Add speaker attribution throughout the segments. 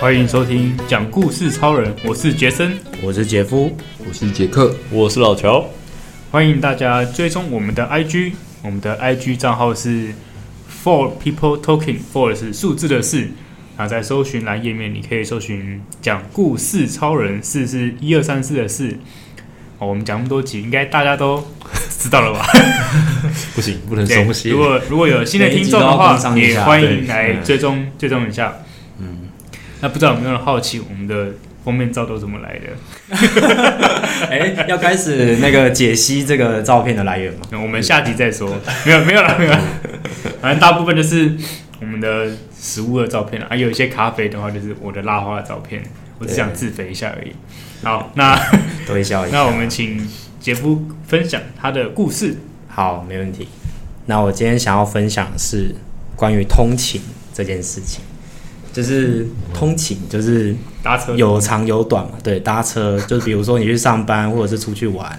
Speaker 1: 欢迎收听讲故事超人，我是杰森，
Speaker 2: 我是杰夫，
Speaker 3: 我是杰克，
Speaker 4: 我是老乔。
Speaker 1: 欢迎大家追踪我们的 IG，我们的 IG 账号是 Four People Talking，Four 是数字的四，然后在搜寻栏页面你可以搜寻讲故事超人，四是一二三四的四。哦，我们讲那么多集，应该大家都 知道了 吧？
Speaker 4: 不行，不能
Speaker 1: 对
Speaker 4: 松懈
Speaker 1: 如。果如果有新的听众的
Speaker 2: 每一
Speaker 1: 话
Speaker 2: 集都要工商，一
Speaker 1: 也
Speaker 2: 下
Speaker 1: 欢迎来
Speaker 4: 对
Speaker 1: 追踪追踪一下。嗯，那不知道有没有人好奇我们的封面照都怎么来的？
Speaker 2: 哎、要开始那个解析这个照片的来源吗？
Speaker 1: 那我们下集再说。没有没有了没有了，反正大部分就是我们的食物的照片啊，有一些咖啡的话就是我的拉花的照片，我只想自肥一下而已。好，那
Speaker 2: 推销一下。
Speaker 1: 那我们请杰夫分享他的故事。
Speaker 2: 好，没问题。那我今天想要分享的是关于通勤这件事情，就是通勤就是
Speaker 1: 搭车
Speaker 2: 有长有短嘛，对，搭车就比如说你去上班或者是出去玩，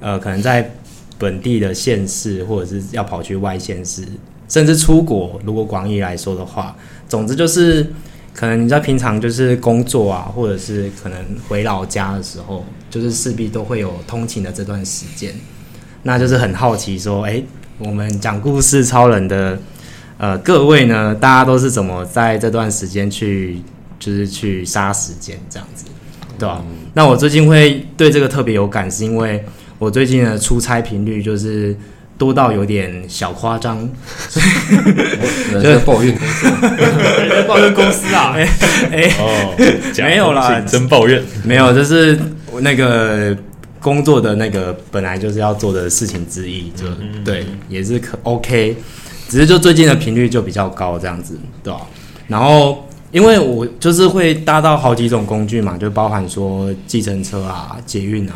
Speaker 2: 呃，可能在本地的县市或者是要跑去外县市，甚至出国，如果广义来说的话，总之就是可能你在平常就是工作啊，或者是可能回老家的时候，就是势必都会有通勤的这段时间，那就是很好奇说，哎、我们讲故事超人的。呃，各位呢，大家都是怎么在这段时间去就是去杀时间这样子，对吧、啊那我最近会对这个特别有感，是因为我最近的出差频率就是多到有点小夸张。
Speaker 3: 人在抱怨，
Speaker 1: 抱怨哎公司啊，
Speaker 4: 哎哦，假
Speaker 2: 没有啦
Speaker 4: 同性真抱怨。
Speaker 2: 没有，就是我那个工作的那个本来就是要做的事情之一，就、
Speaker 4: 嗯
Speaker 2: 对，也是可 OK，只是就最近的频率就比较高这样子，对吧、然后因为我就是会搭到好几种工具嘛，就包含说计程车啊、捷运啊，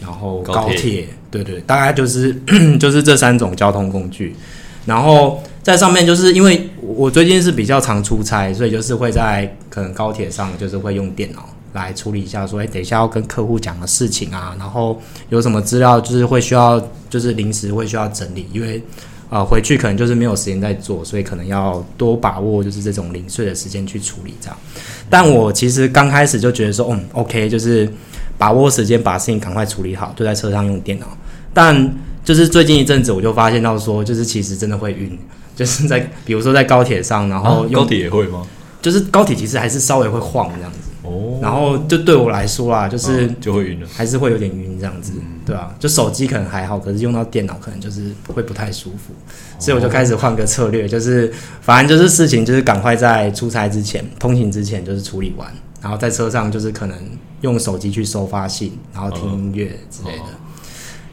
Speaker 2: 然后
Speaker 4: 高
Speaker 2: 高
Speaker 4: 铁
Speaker 2: 铁，对对，大概就是 就是这三种交通工具。然后在上面，就是因为我最近是比较常出差，所以就是会在可能高铁上，就是会用电脑来处理一下，说，哎，等一下要跟客户讲的事情啊，然后有什么资料就是会需要，就是临时会需要整理，因为呃回去可能就是没有时间再做，所以可能要多把握就是这种零碎的时间去处理这样。但我其实刚开始就觉得说，嗯，OK，就是把握时间把事情赶快处理好，就在车上用电脑。但就是最近一阵子，我就发现到说，就是其实真的会晕，就是在比如说在高铁上，然后
Speaker 4: 啊
Speaker 2: 用、
Speaker 4: 高铁也会吗？
Speaker 2: 就是高铁其实还是稍微会晃这样子，
Speaker 4: 哦，
Speaker 2: 然后就对我来说啦，就是。
Speaker 4: 啊就会晕了。
Speaker 2: 还是会有点晕这样子，对啊，就手机可能还好，可是用到电脑可能就是会不太舒服，所以我就开始换个策略，就是反正就是事情就是赶快在出差之前、通勤之前就是处理完，然后在车上就是可能用手机去收发信，然后听音乐之类的。
Speaker 4: 哦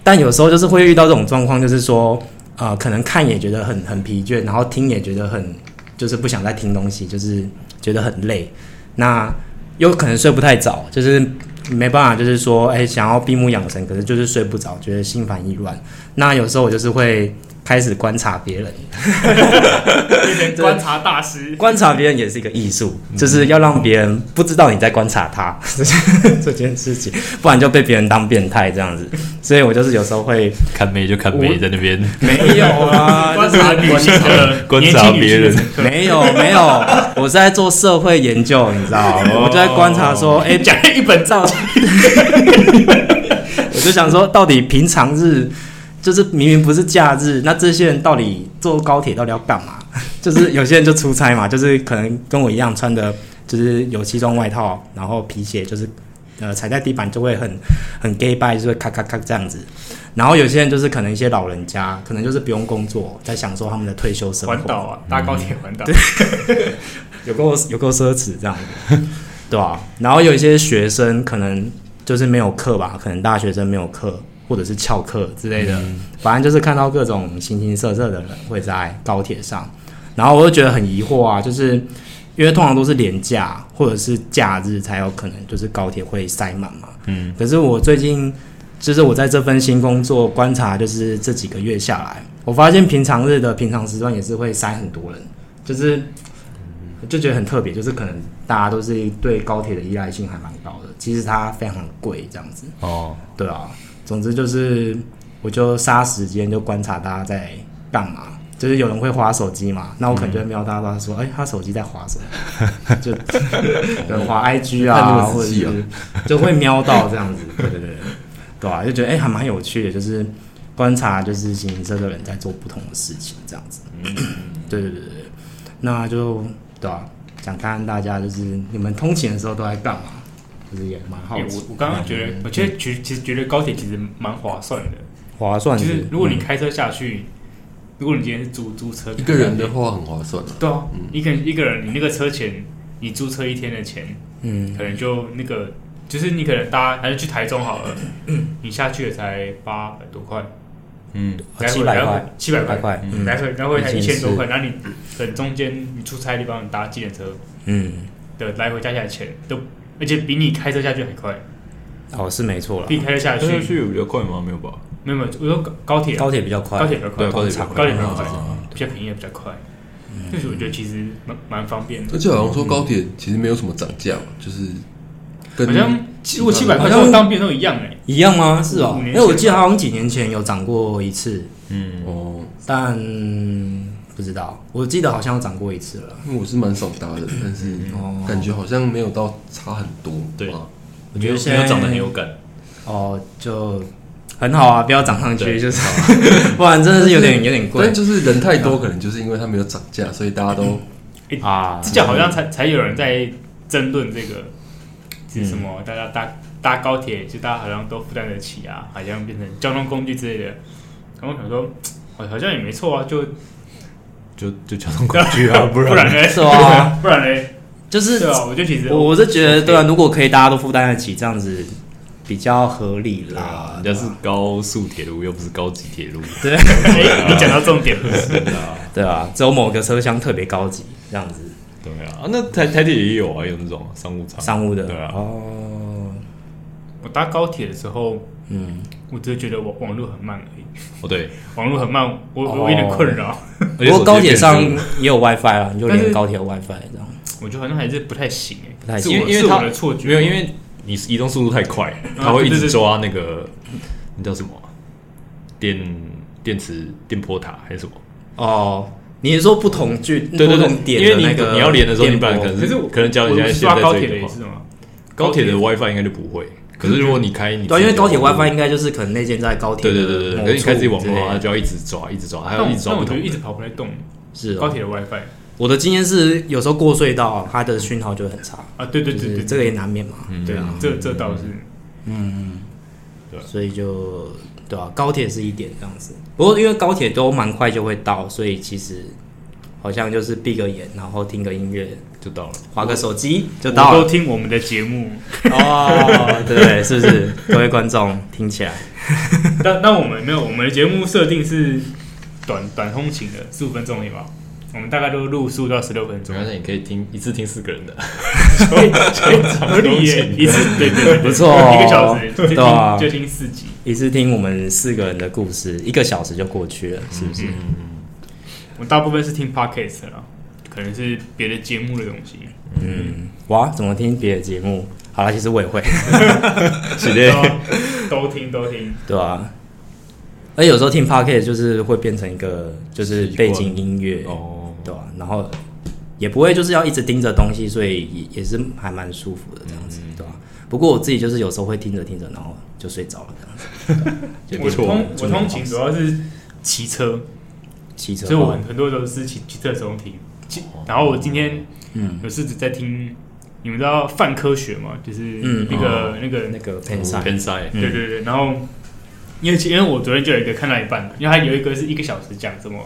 Speaker 2: 但有时候就是会遇到这种状况，就是说，呃，可能看也觉得很很疲倦，然后听也觉得很就是不想再听东西，就是觉得很累。那有可能睡不太着，就是没办法，就是说，哎、想要闭目养神，可是就是睡不着，觉得心烦意乱。那有时候我就是会开始观察别人，
Speaker 1: 变成观察大师。
Speaker 2: 观察别人也是一个艺术，就是要让别人不知道你在观察他这件这件事情，不然就被别人当变态这样子。所以我就是有时候会
Speaker 4: 看妹就看
Speaker 2: 我
Speaker 4: 妹，在那边
Speaker 2: 没有啊
Speaker 1: 观察女性的
Speaker 4: 观
Speaker 1: 年
Speaker 4: 察
Speaker 1: 轻女
Speaker 4: 别
Speaker 1: 性的
Speaker 4: 人
Speaker 1: 成长，
Speaker 2: 没有没有，我是在做社会研究，你知道吗？我就在观察说，哎、
Speaker 1: 讲一本照，
Speaker 2: 我就想说，到底平常日就是明明不是假日，那这些人到底坐高铁到底要干嘛？ 就是有些人就出差嘛，就是可能跟我一样穿的就是有西装外套，然后皮鞋，就是呃踩在地板就会很很 gay bye，就会咔咔咔这样子。然后有些人就是可能一些老人家，可能就是不用工作，在享受他们的退休生活。
Speaker 1: 环岛啊，搭高铁环
Speaker 4: 嗯
Speaker 1: 岛，
Speaker 2: 有够有够奢侈这样 子，对吧、然后有一些学生可能就是没有课吧，可能大学生没有课，或者是翘课之类的，反正就是看到各种形形色色的人会在高铁上，然后我就觉得很疑惑啊，就是因为通常都是廉价或者是假日才有可能就是高铁会塞满嘛，嗯，可是我最近。就是我在这份新工作观察，就是这几个月下来，我发现平常日的平常时段也是会塞很多人，就是就觉得很特别，就是可能大家都是对高铁的依赖性还蛮高的，其实它非常贵这样子。
Speaker 4: 哦，
Speaker 2: 对啊，总之就是我就杀时间，就观察大家在干嘛？就是有人会划手机嘛，那我可能就会瞄到他说，哎、他手机在划什么？ 就有 人划 IG
Speaker 3: 看那
Speaker 2: 啊，
Speaker 3: 么
Speaker 2: 或者
Speaker 3: 仔细啊
Speaker 2: 是就会瞄到这样子，对对对，对对啊，就觉得哎、还蛮有趣的，就是观察就是形形色色的人在做不同的事情，这样子。
Speaker 3: 嗯
Speaker 2: 对对对对，对那就对啊，想看看大家就是你们通勤的时候都在干嘛，就是也蛮好
Speaker 1: 欸
Speaker 2: 奇
Speaker 3: 哎
Speaker 1: 我。我刚刚觉得，我觉得其实其实觉得高铁其实蛮划算的，
Speaker 2: 划算
Speaker 1: 就是是如果你开车下去，如果你今天是租租车，
Speaker 3: 一个人的话很划算啊。
Speaker 1: 对啊，一个人一个人你那个车钱，你租车一天的钱，
Speaker 2: 嗯
Speaker 1: 可能就那个就是你可能搭还是去台中好了，你下去也才八百多块，
Speaker 4: 嗯，
Speaker 1: 来回
Speaker 2: 七百
Speaker 1: 来回
Speaker 2: 块，
Speaker 1: 七百块
Speaker 2: 800块，嗯
Speaker 1: 来回来回才
Speaker 2: 已
Speaker 1: 一
Speaker 2: 经
Speaker 1: 千
Speaker 2: 是
Speaker 1: 多块，然后你可能中间你出差的地方你搭计程车
Speaker 2: 嗯，
Speaker 1: 的来回加起来钱都，而且比你开车下去还快，
Speaker 2: 哦是没错了
Speaker 1: 比，你开车下
Speaker 4: 开车
Speaker 1: 去
Speaker 4: 去有比较快吗？没有吧？
Speaker 1: 没有没有，我说高高铁啊
Speaker 2: 高铁比较快，
Speaker 1: 高铁比较快，
Speaker 4: 对高铁
Speaker 2: 比较快嗯
Speaker 1: 高铁比较快
Speaker 4: 啊，
Speaker 1: 比较便宜也比较快，就是我觉得其实蛮蛮方便的
Speaker 3: 而，且好像说高铁其实没有什么涨价，就是跟
Speaker 1: 好像
Speaker 3: 其
Speaker 1: 如
Speaker 3: 他的
Speaker 1: 果七百块
Speaker 2: 好像
Speaker 1: 跟当兵都一样哎，
Speaker 2: 一样吗？是哦
Speaker 1: 五，
Speaker 2: 因
Speaker 1: 嗯年前
Speaker 2: 为我记得好像几年前有涨过一次，
Speaker 4: 嗯，
Speaker 3: 哦，
Speaker 2: 但不知道，我记得好像有涨过一次了。
Speaker 3: 因为我是蛮少搭的，但是
Speaker 2: 哦
Speaker 3: 感觉好像没有到差很多。
Speaker 4: 对
Speaker 3: 哇
Speaker 2: 我觉
Speaker 4: 没
Speaker 2: 得
Speaker 4: 有
Speaker 2: 现
Speaker 4: 没
Speaker 2: 在
Speaker 4: 有长得很有感，
Speaker 2: 哦，就很好啊，不要涨上去，
Speaker 4: 对
Speaker 2: 就是， 不然真的是有点有点贵
Speaker 3: 但就是人太多，可能就是因为它没有涨价，所以大家都
Speaker 2: 啊。嗯
Speaker 1: 这好像才才有人在争论这个是什么，大家搭搭高铁就大家好像都负担得起啊，好像变成交通工具之类的，然后我想说。好好像也没错啊，就
Speaker 4: 就就交通工具 啊，不
Speaker 1: 不然呢？
Speaker 2: 是 啊
Speaker 1: 不然呢？
Speaker 2: 就是
Speaker 1: 对啊，我就其实
Speaker 2: 我我是觉得，对啊，如果可以，大家都负担得起，这样子比较合理
Speaker 4: 对啊，
Speaker 2: 啦
Speaker 4: 人。家是高速铁路，又不是高级铁路，
Speaker 1: 哎，你讲到重点了，
Speaker 2: 对啊，只有某个车厢特别高级，这样子
Speaker 4: 对啊，啊那台台铁也有啊，有那种商务舱，
Speaker 2: 商务的
Speaker 4: 对啊
Speaker 2: 哦，
Speaker 1: 我搭高铁的时候，
Speaker 2: 嗯，
Speaker 1: 我只是觉得网网络很慢而已，
Speaker 4: 哦对，
Speaker 1: 网络很慢，我我我有
Speaker 2: 哦
Speaker 1: 点困扰，
Speaker 4: 而
Speaker 2: 不
Speaker 4: 且
Speaker 2: 过高铁上
Speaker 4: 手机也变
Speaker 2: 也有 WiFi 啊， 你就
Speaker 1: 但
Speaker 2: 连
Speaker 1: 是
Speaker 2: 高铁有 WiFi 这样。
Speaker 1: 我觉得好像还是不太行哎，
Speaker 2: 不太
Speaker 1: 是
Speaker 2: 行
Speaker 1: 我
Speaker 4: 欸因为因为
Speaker 1: 是我
Speaker 4: 它
Speaker 1: 的错
Speaker 4: 成
Speaker 1: 觉，啊
Speaker 4: 没有，因为你移动速度太快，它会一直抓那个那叫什么啊电电池电波塔还是什么？
Speaker 2: 哦，你是说不同距
Speaker 4: 对对
Speaker 2: 不
Speaker 4: 对
Speaker 2: 同，点
Speaker 4: 因为
Speaker 2: 的
Speaker 4: 你
Speaker 2: 那个
Speaker 4: 你要连的时候，你
Speaker 2: 电波
Speaker 4: 本来可能
Speaker 1: 可是
Speaker 4: 是
Speaker 1: 我
Speaker 4: 可能教人
Speaker 1: 我
Speaker 4: 家
Speaker 1: 是
Speaker 4: 现
Speaker 1: 刷
Speaker 4: 在
Speaker 1: 高
Speaker 4: 这
Speaker 1: 铁的
Speaker 4: 一
Speaker 1: 也
Speaker 4: 块，
Speaker 1: 是啊吗？
Speaker 4: 高铁的 WiFi 应该就不会。可是如果你开你
Speaker 2: 对啊，因为高铁 WiFi 应
Speaker 4: 该
Speaker 2: 该就是可能内建在高铁
Speaker 4: 对
Speaker 2: 的
Speaker 4: 对对对，
Speaker 2: 某
Speaker 4: 可是你开自己
Speaker 2: 处
Speaker 4: 网络啊
Speaker 2: 之类
Speaker 4: 的话，它
Speaker 2: 的
Speaker 4: 就要一直抓，一直抓，还
Speaker 1: 但
Speaker 4: 要
Speaker 1: 我
Speaker 4: 一直抓
Speaker 1: 但
Speaker 4: 不
Speaker 1: 我觉
Speaker 4: 同
Speaker 1: 得一
Speaker 4: 的。
Speaker 1: 直跑不太动，
Speaker 2: 是
Speaker 1: 高
Speaker 2: 哦。
Speaker 1: 铁的 WiFi
Speaker 2: 我的经验是有时候过隧道，它的讯号就会很差，
Speaker 1: 啊，对对
Speaker 2: 就
Speaker 1: 对
Speaker 2: 是
Speaker 1: 对，
Speaker 2: 这个也难免嘛。
Speaker 4: 嗯
Speaker 1: 对
Speaker 2: 啊，
Speaker 1: 这这倒是
Speaker 2: 所以就对啊，高铁是一点这样子。不过因为高铁都蛮快就会到，所以其实好像就是闭个眼，然后听个音乐，
Speaker 4: 就到了，
Speaker 2: 划个手机就
Speaker 1: 我
Speaker 2: 到
Speaker 1: 都
Speaker 2: 了。
Speaker 1: 听我们的节目，
Speaker 2: 哦，对，是不是？各位观众听起来，
Speaker 1: 但但我们没有，我们的节目设定是短短通勤的，十五分钟而已吧。我们大概都录十五到十六分钟
Speaker 4: 总，而言你可以听一次听四个人的，
Speaker 1: 合理耶，一次 对对对，对
Speaker 2: 不错哦
Speaker 1: 一个小时就
Speaker 2: 对啊
Speaker 1: 听就听四集。
Speaker 2: 一次听我们四个人的故事，一个小时就过去了，是不
Speaker 1: 嗯
Speaker 2: 是？
Speaker 1: 我大部分是听 podcast 啦，可能是别的节目的东西。
Speaker 2: 哇，怎么听别的节目？好了，其实我也会，
Speaker 4: 是
Speaker 1: 对
Speaker 4: 的，
Speaker 1: 啊，都听都听，
Speaker 2: 对啊？而且有时候听 p o c k e t 就是会变成一个就是背景音乐，
Speaker 4: 哦，
Speaker 2: 对啊？然后也不会就是要一直盯着东西，所以也也是还蛮舒服的这样子，
Speaker 1: 嗯
Speaker 2: 对吧、啊不过我自己就是有时候会听着听着，然后就睡着了这样子。对
Speaker 1: 我
Speaker 2: 啊就变成
Speaker 1: 通我
Speaker 2: 这种
Speaker 1: 通勤主要是骑车，
Speaker 2: 骑车，
Speaker 1: 所以我很很多时候是骑骑车的时候听。骑然后我今天
Speaker 2: 哦嗯
Speaker 1: 有是只在听，你们知道泛科学吗？就是
Speaker 2: 嗯
Speaker 1: 那个那个
Speaker 2: 那个 p e n s
Speaker 4: 偏塞，
Speaker 1: 对对对，然后因为其因为我昨天就有一个看到一半，因为它有一个是一个小时讲什么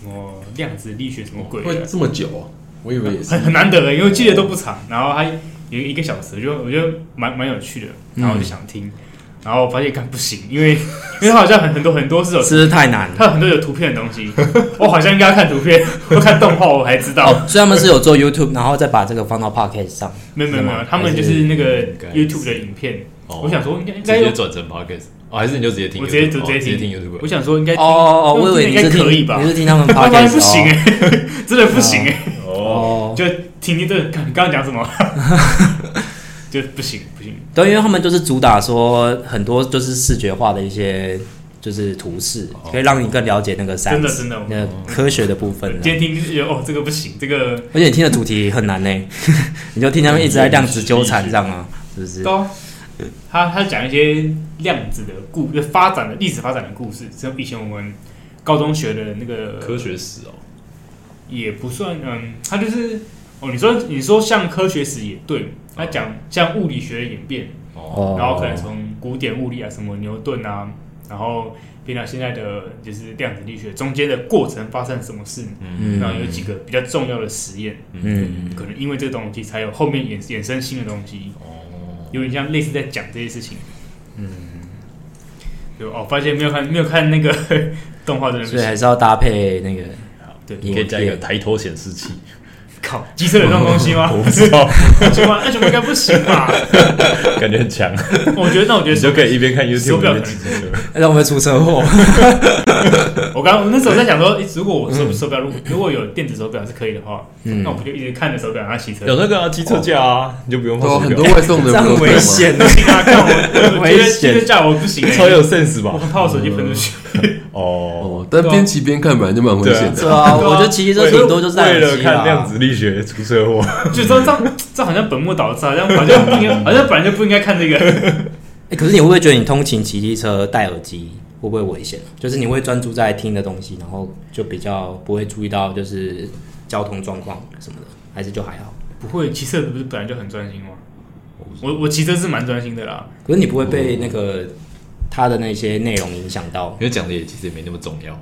Speaker 1: 什么量子力学什么鬼
Speaker 3: 会
Speaker 1: 的，
Speaker 3: 这么久哦，我以 为也是
Speaker 1: 很很难得的，因为记得都不长，然后它有一个小时，就我觉得蛮蛮有趣的，然后我就想听，然后我发现看不行，因为因为它好像很很多很多是有
Speaker 2: 是不是太难？
Speaker 1: 它有很多有图片的东西，我好像应该要看图片，我看动画我还知道，
Speaker 2: 哦，所以他们是有做 YouTube，然后再把这个放到 p o c k e t 上。
Speaker 1: 没有没有没
Speaker 2: 是
Speaker 1: 有
Speaker 2: 吗，
Speaker 1: 他们就
Speaker 2: 还
Speaker 1: 是那个
Speaker 4: 应该是
Speaker 1: YouTube 的影片，
Speaker 4: 哦
Speaker 1: 我想说应该应
Speaker 4: 直
Speaker 1: 该有
Speaker 4: 接转成 podcast，哦，还是你就直接听 YouTube，
Speaker 1: 我直接
Speaker 4: 哦
Speaker 1: 直接
Speaker 4: 直接
Speaker 1: 听
Speaker 4: 听 YouTube，
Speaker 1: 我想说应该
Speaker 2: 哦哦，哦，我以为你
Speaker 1: 哎应该
Speaker 2: 是听
Speaker 1: 可以吧
Speaker 2: 你是听他们哦 p
Speaker 1: 他
Speaker 2: o
Speaker 1: 发
Speaker 2: d
Speaker 1: 现不行哎、 真的不行哎、
Speaker 2: 哦。
Speaker 1: 就听听这个你刚刚讲什么， 就不行不行，
Speaker 2: 对，因为他们就是主打说很多就是视觉化的一些就是图示，可以让你更了解那个 science，
Speaker 1: 真的真的
Speaker 2: 那个科学的部分
Speaker 1: 今
Speaker 2: 这样。
Speaker 1: 天听就觉得哦，这个不行，这个
Speaker 2: 而且你听的主题很难呢， 你就听他们一直在量子纠缠这样啊，是不是？
Speaker 1: 高。他他讲一些量子的故发展的历史发展的故事，像以前我们高中学的那个
Speaker 4: 科学史哦，
Speaker 1: 也不算，嗯，他就是哦，你说你说像科学史也对，他讲像物理学的演变，
Speaker 2: 哦
Speaker 1: 然后可能从古典物理啊，什么牛顿啊，然后变到现在的就是量子力学中间的过程发生什么事，
Speaker 2: 嗯
Speaker 1: 然后有几个比较重要的实验，
Speaker 2: 嗯
Speaker 1: 可能因为这个东西才有后面衍衍生新的东西，
Speaker 4: 哦
Speaker 1: 有点像类似在讲这些事情，嗯，就哦，发现没有看没有看那个 动画真的不
Speaker 2: 所以还
Speaker 4: 啊
Speaker 1: 行，
Speaker 2: 是要搭配那个
Speaker 1: 对，
Speaker 4: 你可以加一个抬头显示器，
Speaker 1: 靠，机车有这种东西吗？
Speaker 4: 我 不知道，
Speaker 1: 那球吗？那球应该不行 吧？
Speaker 4: 感觉 很强，
Speaker 1: 我觉得，那我觉得
Speaker 4: 你就可以一边看
Speaker 1: 手
Speaker 4: YouTube
Speaker 1: 表可
Speaker 4: 一边
Speaker 1: 能
Speaker 4: 骑
Speaker 1: 是
Speaker 4: 车。
Speaker 2: 哎让我们出车祸。
Speaker 1: 我刚我那时候在想说，诶如果
Speaker 4: 嗯
Speaker 1: 我手手表如如果有电子手表是可以的话，那我不就一直看着手表然后骑车？
Speaker 4: 有那个啊机车架啊，你就不用
Speaker 3: 对啊，
Speaker 4: 放
Speaker 3: 很
Speaker 4: 手
Speaker 3: 多
Speaker 4: 表，
Speaker 3: 外送的
Speaker 2: 这样
Speaker 3: 不都
Speaker 2: 很
Speaker 3: 这
Speaker 2: 危
Speaker 3: 样吗
Speaker 2: 险的，
Speaker 1: 啊，看我，我觉
Speaker 2: 危
Speaker 1: 得
Speaker 2: 险
Speaker 1: 这个叫我不行、欸，
Speaker 4: 超有 sense 吧
Speaker 1: 我？怕我手机喷出去。
Speaker 4: 哦，
Speaker 3: 哦，但边骑边看本来就蛮危险的。
Speaker 2: 对啊，
Speaker 1: 对啊
Speaker 2: 我觉得骑车顶多就是在
Speaker 4: 为了
Speaker 2: 耳机啊啦
Speaker 4: 看量子力学出车祸，
Speaker 1: 就知道这样，这好像本末倒置，好像好像不应该，
Speaker 4: 嗯
Speaker 1: 好像本来就不应该看这个。
Speaker 2: 欸可是你会不会觉得你通勤骑机车戴耳机会不会危险？就是你会专注在听的东西，然后就比较不会注意到就是交通状况什么的，还是就还好。
Speaker 1: 不会，骑车不是本来就很专心吗？我我骑车是蛮专心的啦，
Speaker 2: 可是你不会被那个它的那些内容影响到，
Speaker 4: 因为讲的也其实也没那么重要，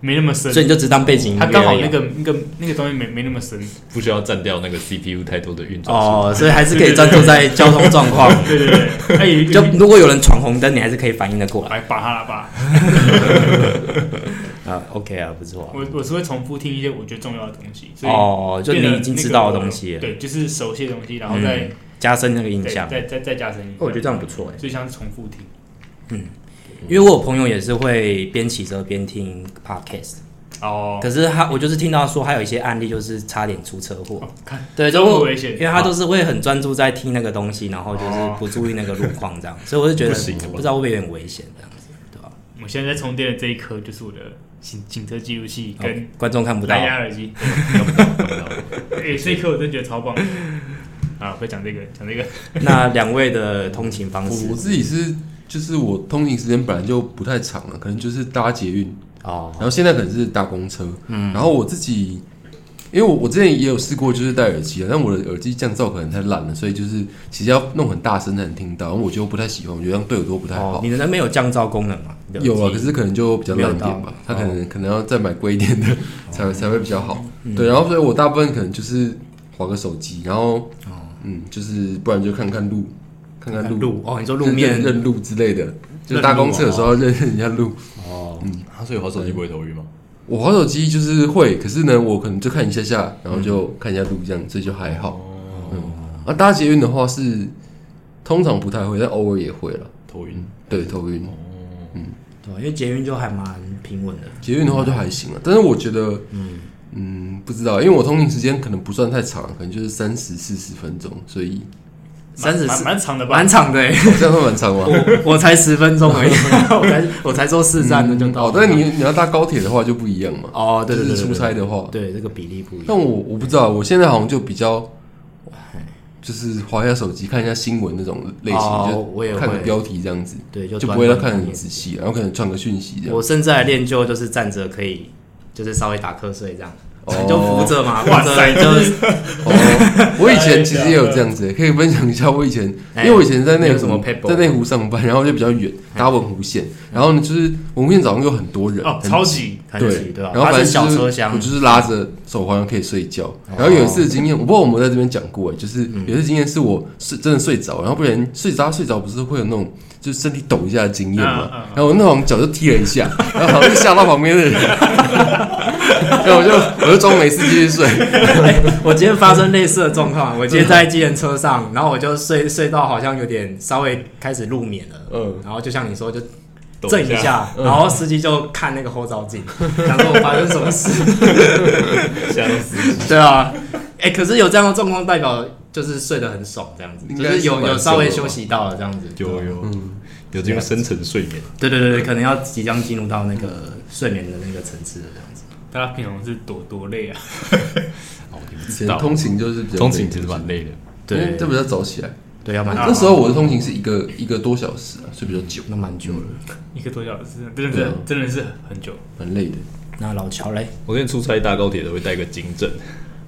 Speaker 1: 没那么深
Speaker 2: 所。以你就只当背景音
Speaker 1: 它
Speaker 2: 乐而已啊。
Speaker 1: 刚好那个那个那个东西没没那么深。
Speaker 4: 不需要占掉那个 CPU 太多的运转时间。
Speaker 2: 哦，所以还是可以专注在交通状况。
Speaker 1: 对对 对，哎、有
Speaker 2: 就如果有人闯红灯，你还是可以反应的过来
Speaker 1: 来把它啦吧。
Speaker 2: 啊。OK 啊，不错啊。
Speaker 1: 我我是会重复听一些我觉得重要的东西，所以
Speaker 2: 哦，就你已经知道的东西
Speaker 1: 变
Speaker 2: 了，
Speaker 1: 得那个对，就是熟悉的东西，然后再、
Speaker 2: 加深那个印
Speaker 1: 再
Speaker 2: 象。
Speaker 1: 再再再加深一
Speaker 2: 我觉得这样不错哎。
Speaker 1: 所以像是重复听，
Speaker 2: 因为我有朋友也是会边骑车边听 podcast，、
Speaker 1: 哦，
Speaker 2: 可是他我就是听到说还有一些案例就是差点出车祸，
Speaker 1: 哦看
Speaker 2: 对，
Speaker 1: 这
Speaker 2: 就
Speaker 1: 么
Speaker 2: 会
Speaker 1: 危险，
Speaker 2: 因为他都是会很专注在听那个东西，然后就是不注意那个路况这样，所以我就觉得
Speaker 4: 不行
Speaker 2: 不知道会不会有点危险这样子，对吧？
Speaker 1: 我现在在充电的这一颗就是我的行行车记录器
Speaker 2: 哦
Speaker 1: 跟
Speaker 2: 观众看不到
Speaker 1: 蓝，牙耳 机，哎、这一颗我真的觉得超棒的。啊，不要讲这个，讲这个，
Speaker 2: 那两位的通勤方
Speaker 3: 我
Speaker 2: 式
Speaker 3: 我自己是，就是我通勤时间本来就不太长了，可能就是搭捷运，
Speaker 2: 哦
Speaker 3: 然后现在可能是搭公车，嗯，然后我自己，因为我我之前也有试过，就是戴耳机啊，但我的耳机降噪可能太烂了，所以就是其实要弄很大声才能听到，然后我就不太喜欢，我觉得这样对耳朵不太
Speaker 2: 哦
Speaker 3: 好，。
Speaker 2: 你的那边有降噪功能吗？你的耳机
Speaker 3: 有啊，可是可能就比较烂
Speaker 2: 没
Speaker 3: 一
Speaker 2: 有
Speaker 3: 点
Speaker 2: 到哦
Speaker 3: 吧，它可能、可能要再买贵一点的才、才会比较好。
Speaker 2: 嗯
Speaker 3: 对，然后所以我大部分可能就是划个手机，然后嗯，就是不然就看看路，看看路，
Speaker 2: 哦路哦，你说路面
Speaker 3: 认认路之类的，就是
Speaker 2: 认
Speaker 3: 搭
Speaker 2: 路
Speaker 3: 公车的时候要认认一下路。
Speaker 2: 哦，
Speaker 4: 啊所以滑手机不会头晕吗？
Speaker 3: 我滑手机就是会，可是呢，我可能就看一下下，然后
Speaker 2: 嗯
Speaker 3: 就看一下路这样，所以就还好。
Speaker 2: 哦
Speaker 3: 嗯，啊，搭捷运的话是通常不太会，但偶尔也会了。
Speaker 4: 头晕
Speaker 3: 对，头
Speaker 2: 哦
Speaker 3: 晕。
Speaker 4: 哦
Speaker 2: 对，因为捷运就还蛮平稳的，
Speaker 3: 捷运的话就还行了，但是我觉得，嗯嗯，不知道，因为我通勤时间可能不算太长，可能就是三十四十分钟，所以
Speaker 2: 三十
Speaker 1: 蛮
Speaker 2: 四
Speaker 1: 蛮长的吧
Speaker 2: 蛮？长的欸。
Speaker 3: 好像会蛮 长嘛。
Speaker 2: 我我才十分钟而已，我才我才坐四站那就到
Speaker 3: 哦
Speaker 2: 了。，
Speaker 3: 但是你你要搭高铁的话就不一样嘛，
Speaker 2: 哦，对对对，
Speaker 3: 就是出差的话，
Speaker 2: 对，对这个比例不一样。
Speaker 3: 但我我不知道，我现在好像就比较，
Speaker 2: 哎
Speaker 3: 就是划一下手机看一下新闻那种类型，
Speaker 2: 哦
Speaker 3: 就
Speaker 2: 我也会
Speaker 3: 看个标题这样子，
Speaker 2: 对，就
Speaker 3: 就
Speaker 2: 短
Speaker 3: 不会
Speaker 2: 短
Speaker 3: 看
Speaker 2: 的
Speaker 3: 很
Speaker 2: 也
Speaker 3: 仔细，然后可能传个讯息这样。
Speaker 2: 我甚至还练就就是站着可以，就是稍微打瞌睡这样，
Speaker 3: 哦
Speaker 2: 就扶着嘛，
Speaker 1: 哇
Speaker 2: 扶
Speaker 1: 塞
Speaker 2: 着就是
Speaker 3: 哦，我以
Speaker 1: 哎
Speaker 3: 前其实也有这样子，可以分享一下我以前，因
Speaker 2: 哎
Speaker 3: 为我以前在内
Speaker 2: 你有什么
Speaker 3: 湖
Speaker 2: paper？哎
Speaker 3: 在内湖上班，然后就比较远，搭文湖线，然后呢就是文湖线早上有很多人，
Speaker 1: 哦，
Speaker 3: 很
Speaker 1: 超级
Speaker 2: 很挤
Speaker 3: 对，
Speaker 2: 对吧？
Speaker 3: 然后
Speaker 2: 它
Speaker 3: 反正
Speaker 2: 是小
Speaker 3: 就是
Speaker 2: 车厢
Speaker 3: 我，就是拉着手环可以睡觉。然后有一次的经验，我不知道我们在这边讲过哎，就是有一次经验是我是真的睡着，然后不然睡着睡着不是会有那种就是身体抖一下的经验嘛
Speaker 1: 嗯嗯嗯，
Speaker 3: 然后我那种脚就踢了一下，然后好像就吓到旁边的人，然后我就我就装没事继续睡。
Speaker 2: 我今天发生类似的状况，我今天在机人车上，然后我就睡睡到好像有点稍微开始入眠了，嗯
Speaker 3: 嗯，
Speaker 2: 然后就像你说就
Speaker 4: 抖
Speaker 2: 震一下，然后司机就看那个后照 镜，想说我发生什么事，
Speaker 4: 吓到死，
Speaker 2: 对啊，哎、可是有这样的状况，代表就是睡得很爽，这样子，
Speaker 3: 应
Speaker 2: 就
Speaker 3: 该是
Speaker 2: 是有
Speaker 3: 蛮
Speaker 2: 有稍微
Speaker 3: 爽的
Speaker 2: 休
Speaker 3: 吧
Speaker 2: 息到了这样子，
Speaker 4: 有有，有进入深层睡眠。
Speaker 2: 对对对对，可能要即将进入到那个睡眠的那个层次了，这样子。
Speaker 1: 大家平常是多多累啊？
Speaker 4: 哦，你不
Speaker 3: 以
Speaker 4: 知
Speaker 3: 前
Speaker 4: 道，
Speaker 3: 通勤就是比较
Speaker 4: 通勤其实蛮累的。
Speaker 3: 对，这比
Speaker 2: 对
Speaker 3: 较早起来。
Speaker 2: 对，要蛮
Speaker 1: 啊
Speaker 3: 那时候我的通勤是一个一个多小时啊，所以比较久，
Speaker 2: 那蛮久了。
Speaker 1: 一个多小时，真的
Speaker 3: 对
Speaker 1: 是
Speaker 3: 啊
Speaker 1: 真的是很久。
Speaker 3: 蛮累的。
Speaker 2: 那老乔嘞，
Speaker 4: 我之前出差搭高铁都会带个颈枕，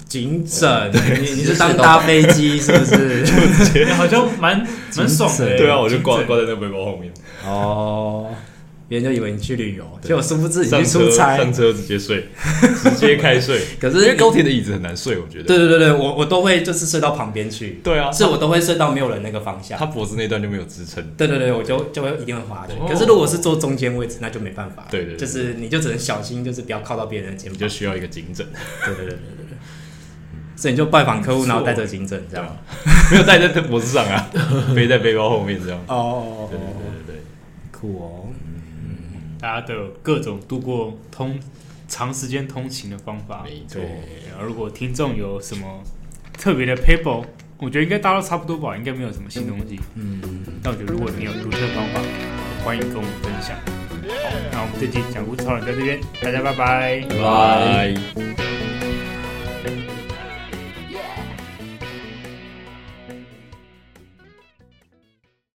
Speaker 2: 警枕，你你
Speaker 3: 直接
Speaker 2: 是当
Speaker 3: 睡到
Speaker 2: 搭飞机是不是？
Speaker 1: 好像蛮蛮爽的欸。
Speaker 4: 对啊，我就挂
Speaker 1: 精神
Speaker 4: 挂在那个背包后面，
Speaker 2: 哦，别人就以为你去旅游，结果殊不知你
Speaker 4: 上
Speaker 2: 去出
Speaker 4: 车
Speaker 2: 差。
Speaker 4: 上车直接睡，直接开睡。
Speaker 2: 可是
Speaker 4: 因为
Speaker 2: 你
Speaker 4: 高铁的椅子很难睡，我觉得。
Speaker 2: 对对对对，我我都会就是睡到旁边去，
Speaker 4: 对啊，
Speaker 2: 是我都会睡到没有人那个方
Speaker 4: 他
Speaker 2: 向。
Speaker 4: 脖子那段就没有支撑，
Speaker 2: 对对对，我就就会一定会滑的。
Speaker 1: 哦
Speaker 2: 可是如果是坐中间位置，那就没办法。
Speaker 4: 对对对
Speaker 2: 就是你就只能小心，就是不要靠到别人的肩
Speaker 4: 你
Speaker 2: 膀。
Speaker 4: 就需要一个颈枕，
Speaker 2: 对对对对对对。所以你就拜访客户，
Speaker 1: 不错
Speaker 2: 然后带着行政这样。
Speaker 4: 没有带在脖子上啊， 背在背包后面这样。
Speaker 2: 哦
Speaker 4: 对对对对对。
Speaker 2: 酷哦。
Speaker 1: 大家的各种度过通长时间通勤的方法。
Speaker 4: 没错
Speaker 1: 对然后如果听众有什么特别的 paper，我觉得应该大家都差不多吧，应该没有什么新东西。嗯，但我觉得如果你有独特的方法，欢迎跟我们分享。好，那我们这集讲故事超人在这边，大家拜拜。
Speaker 4: 拜。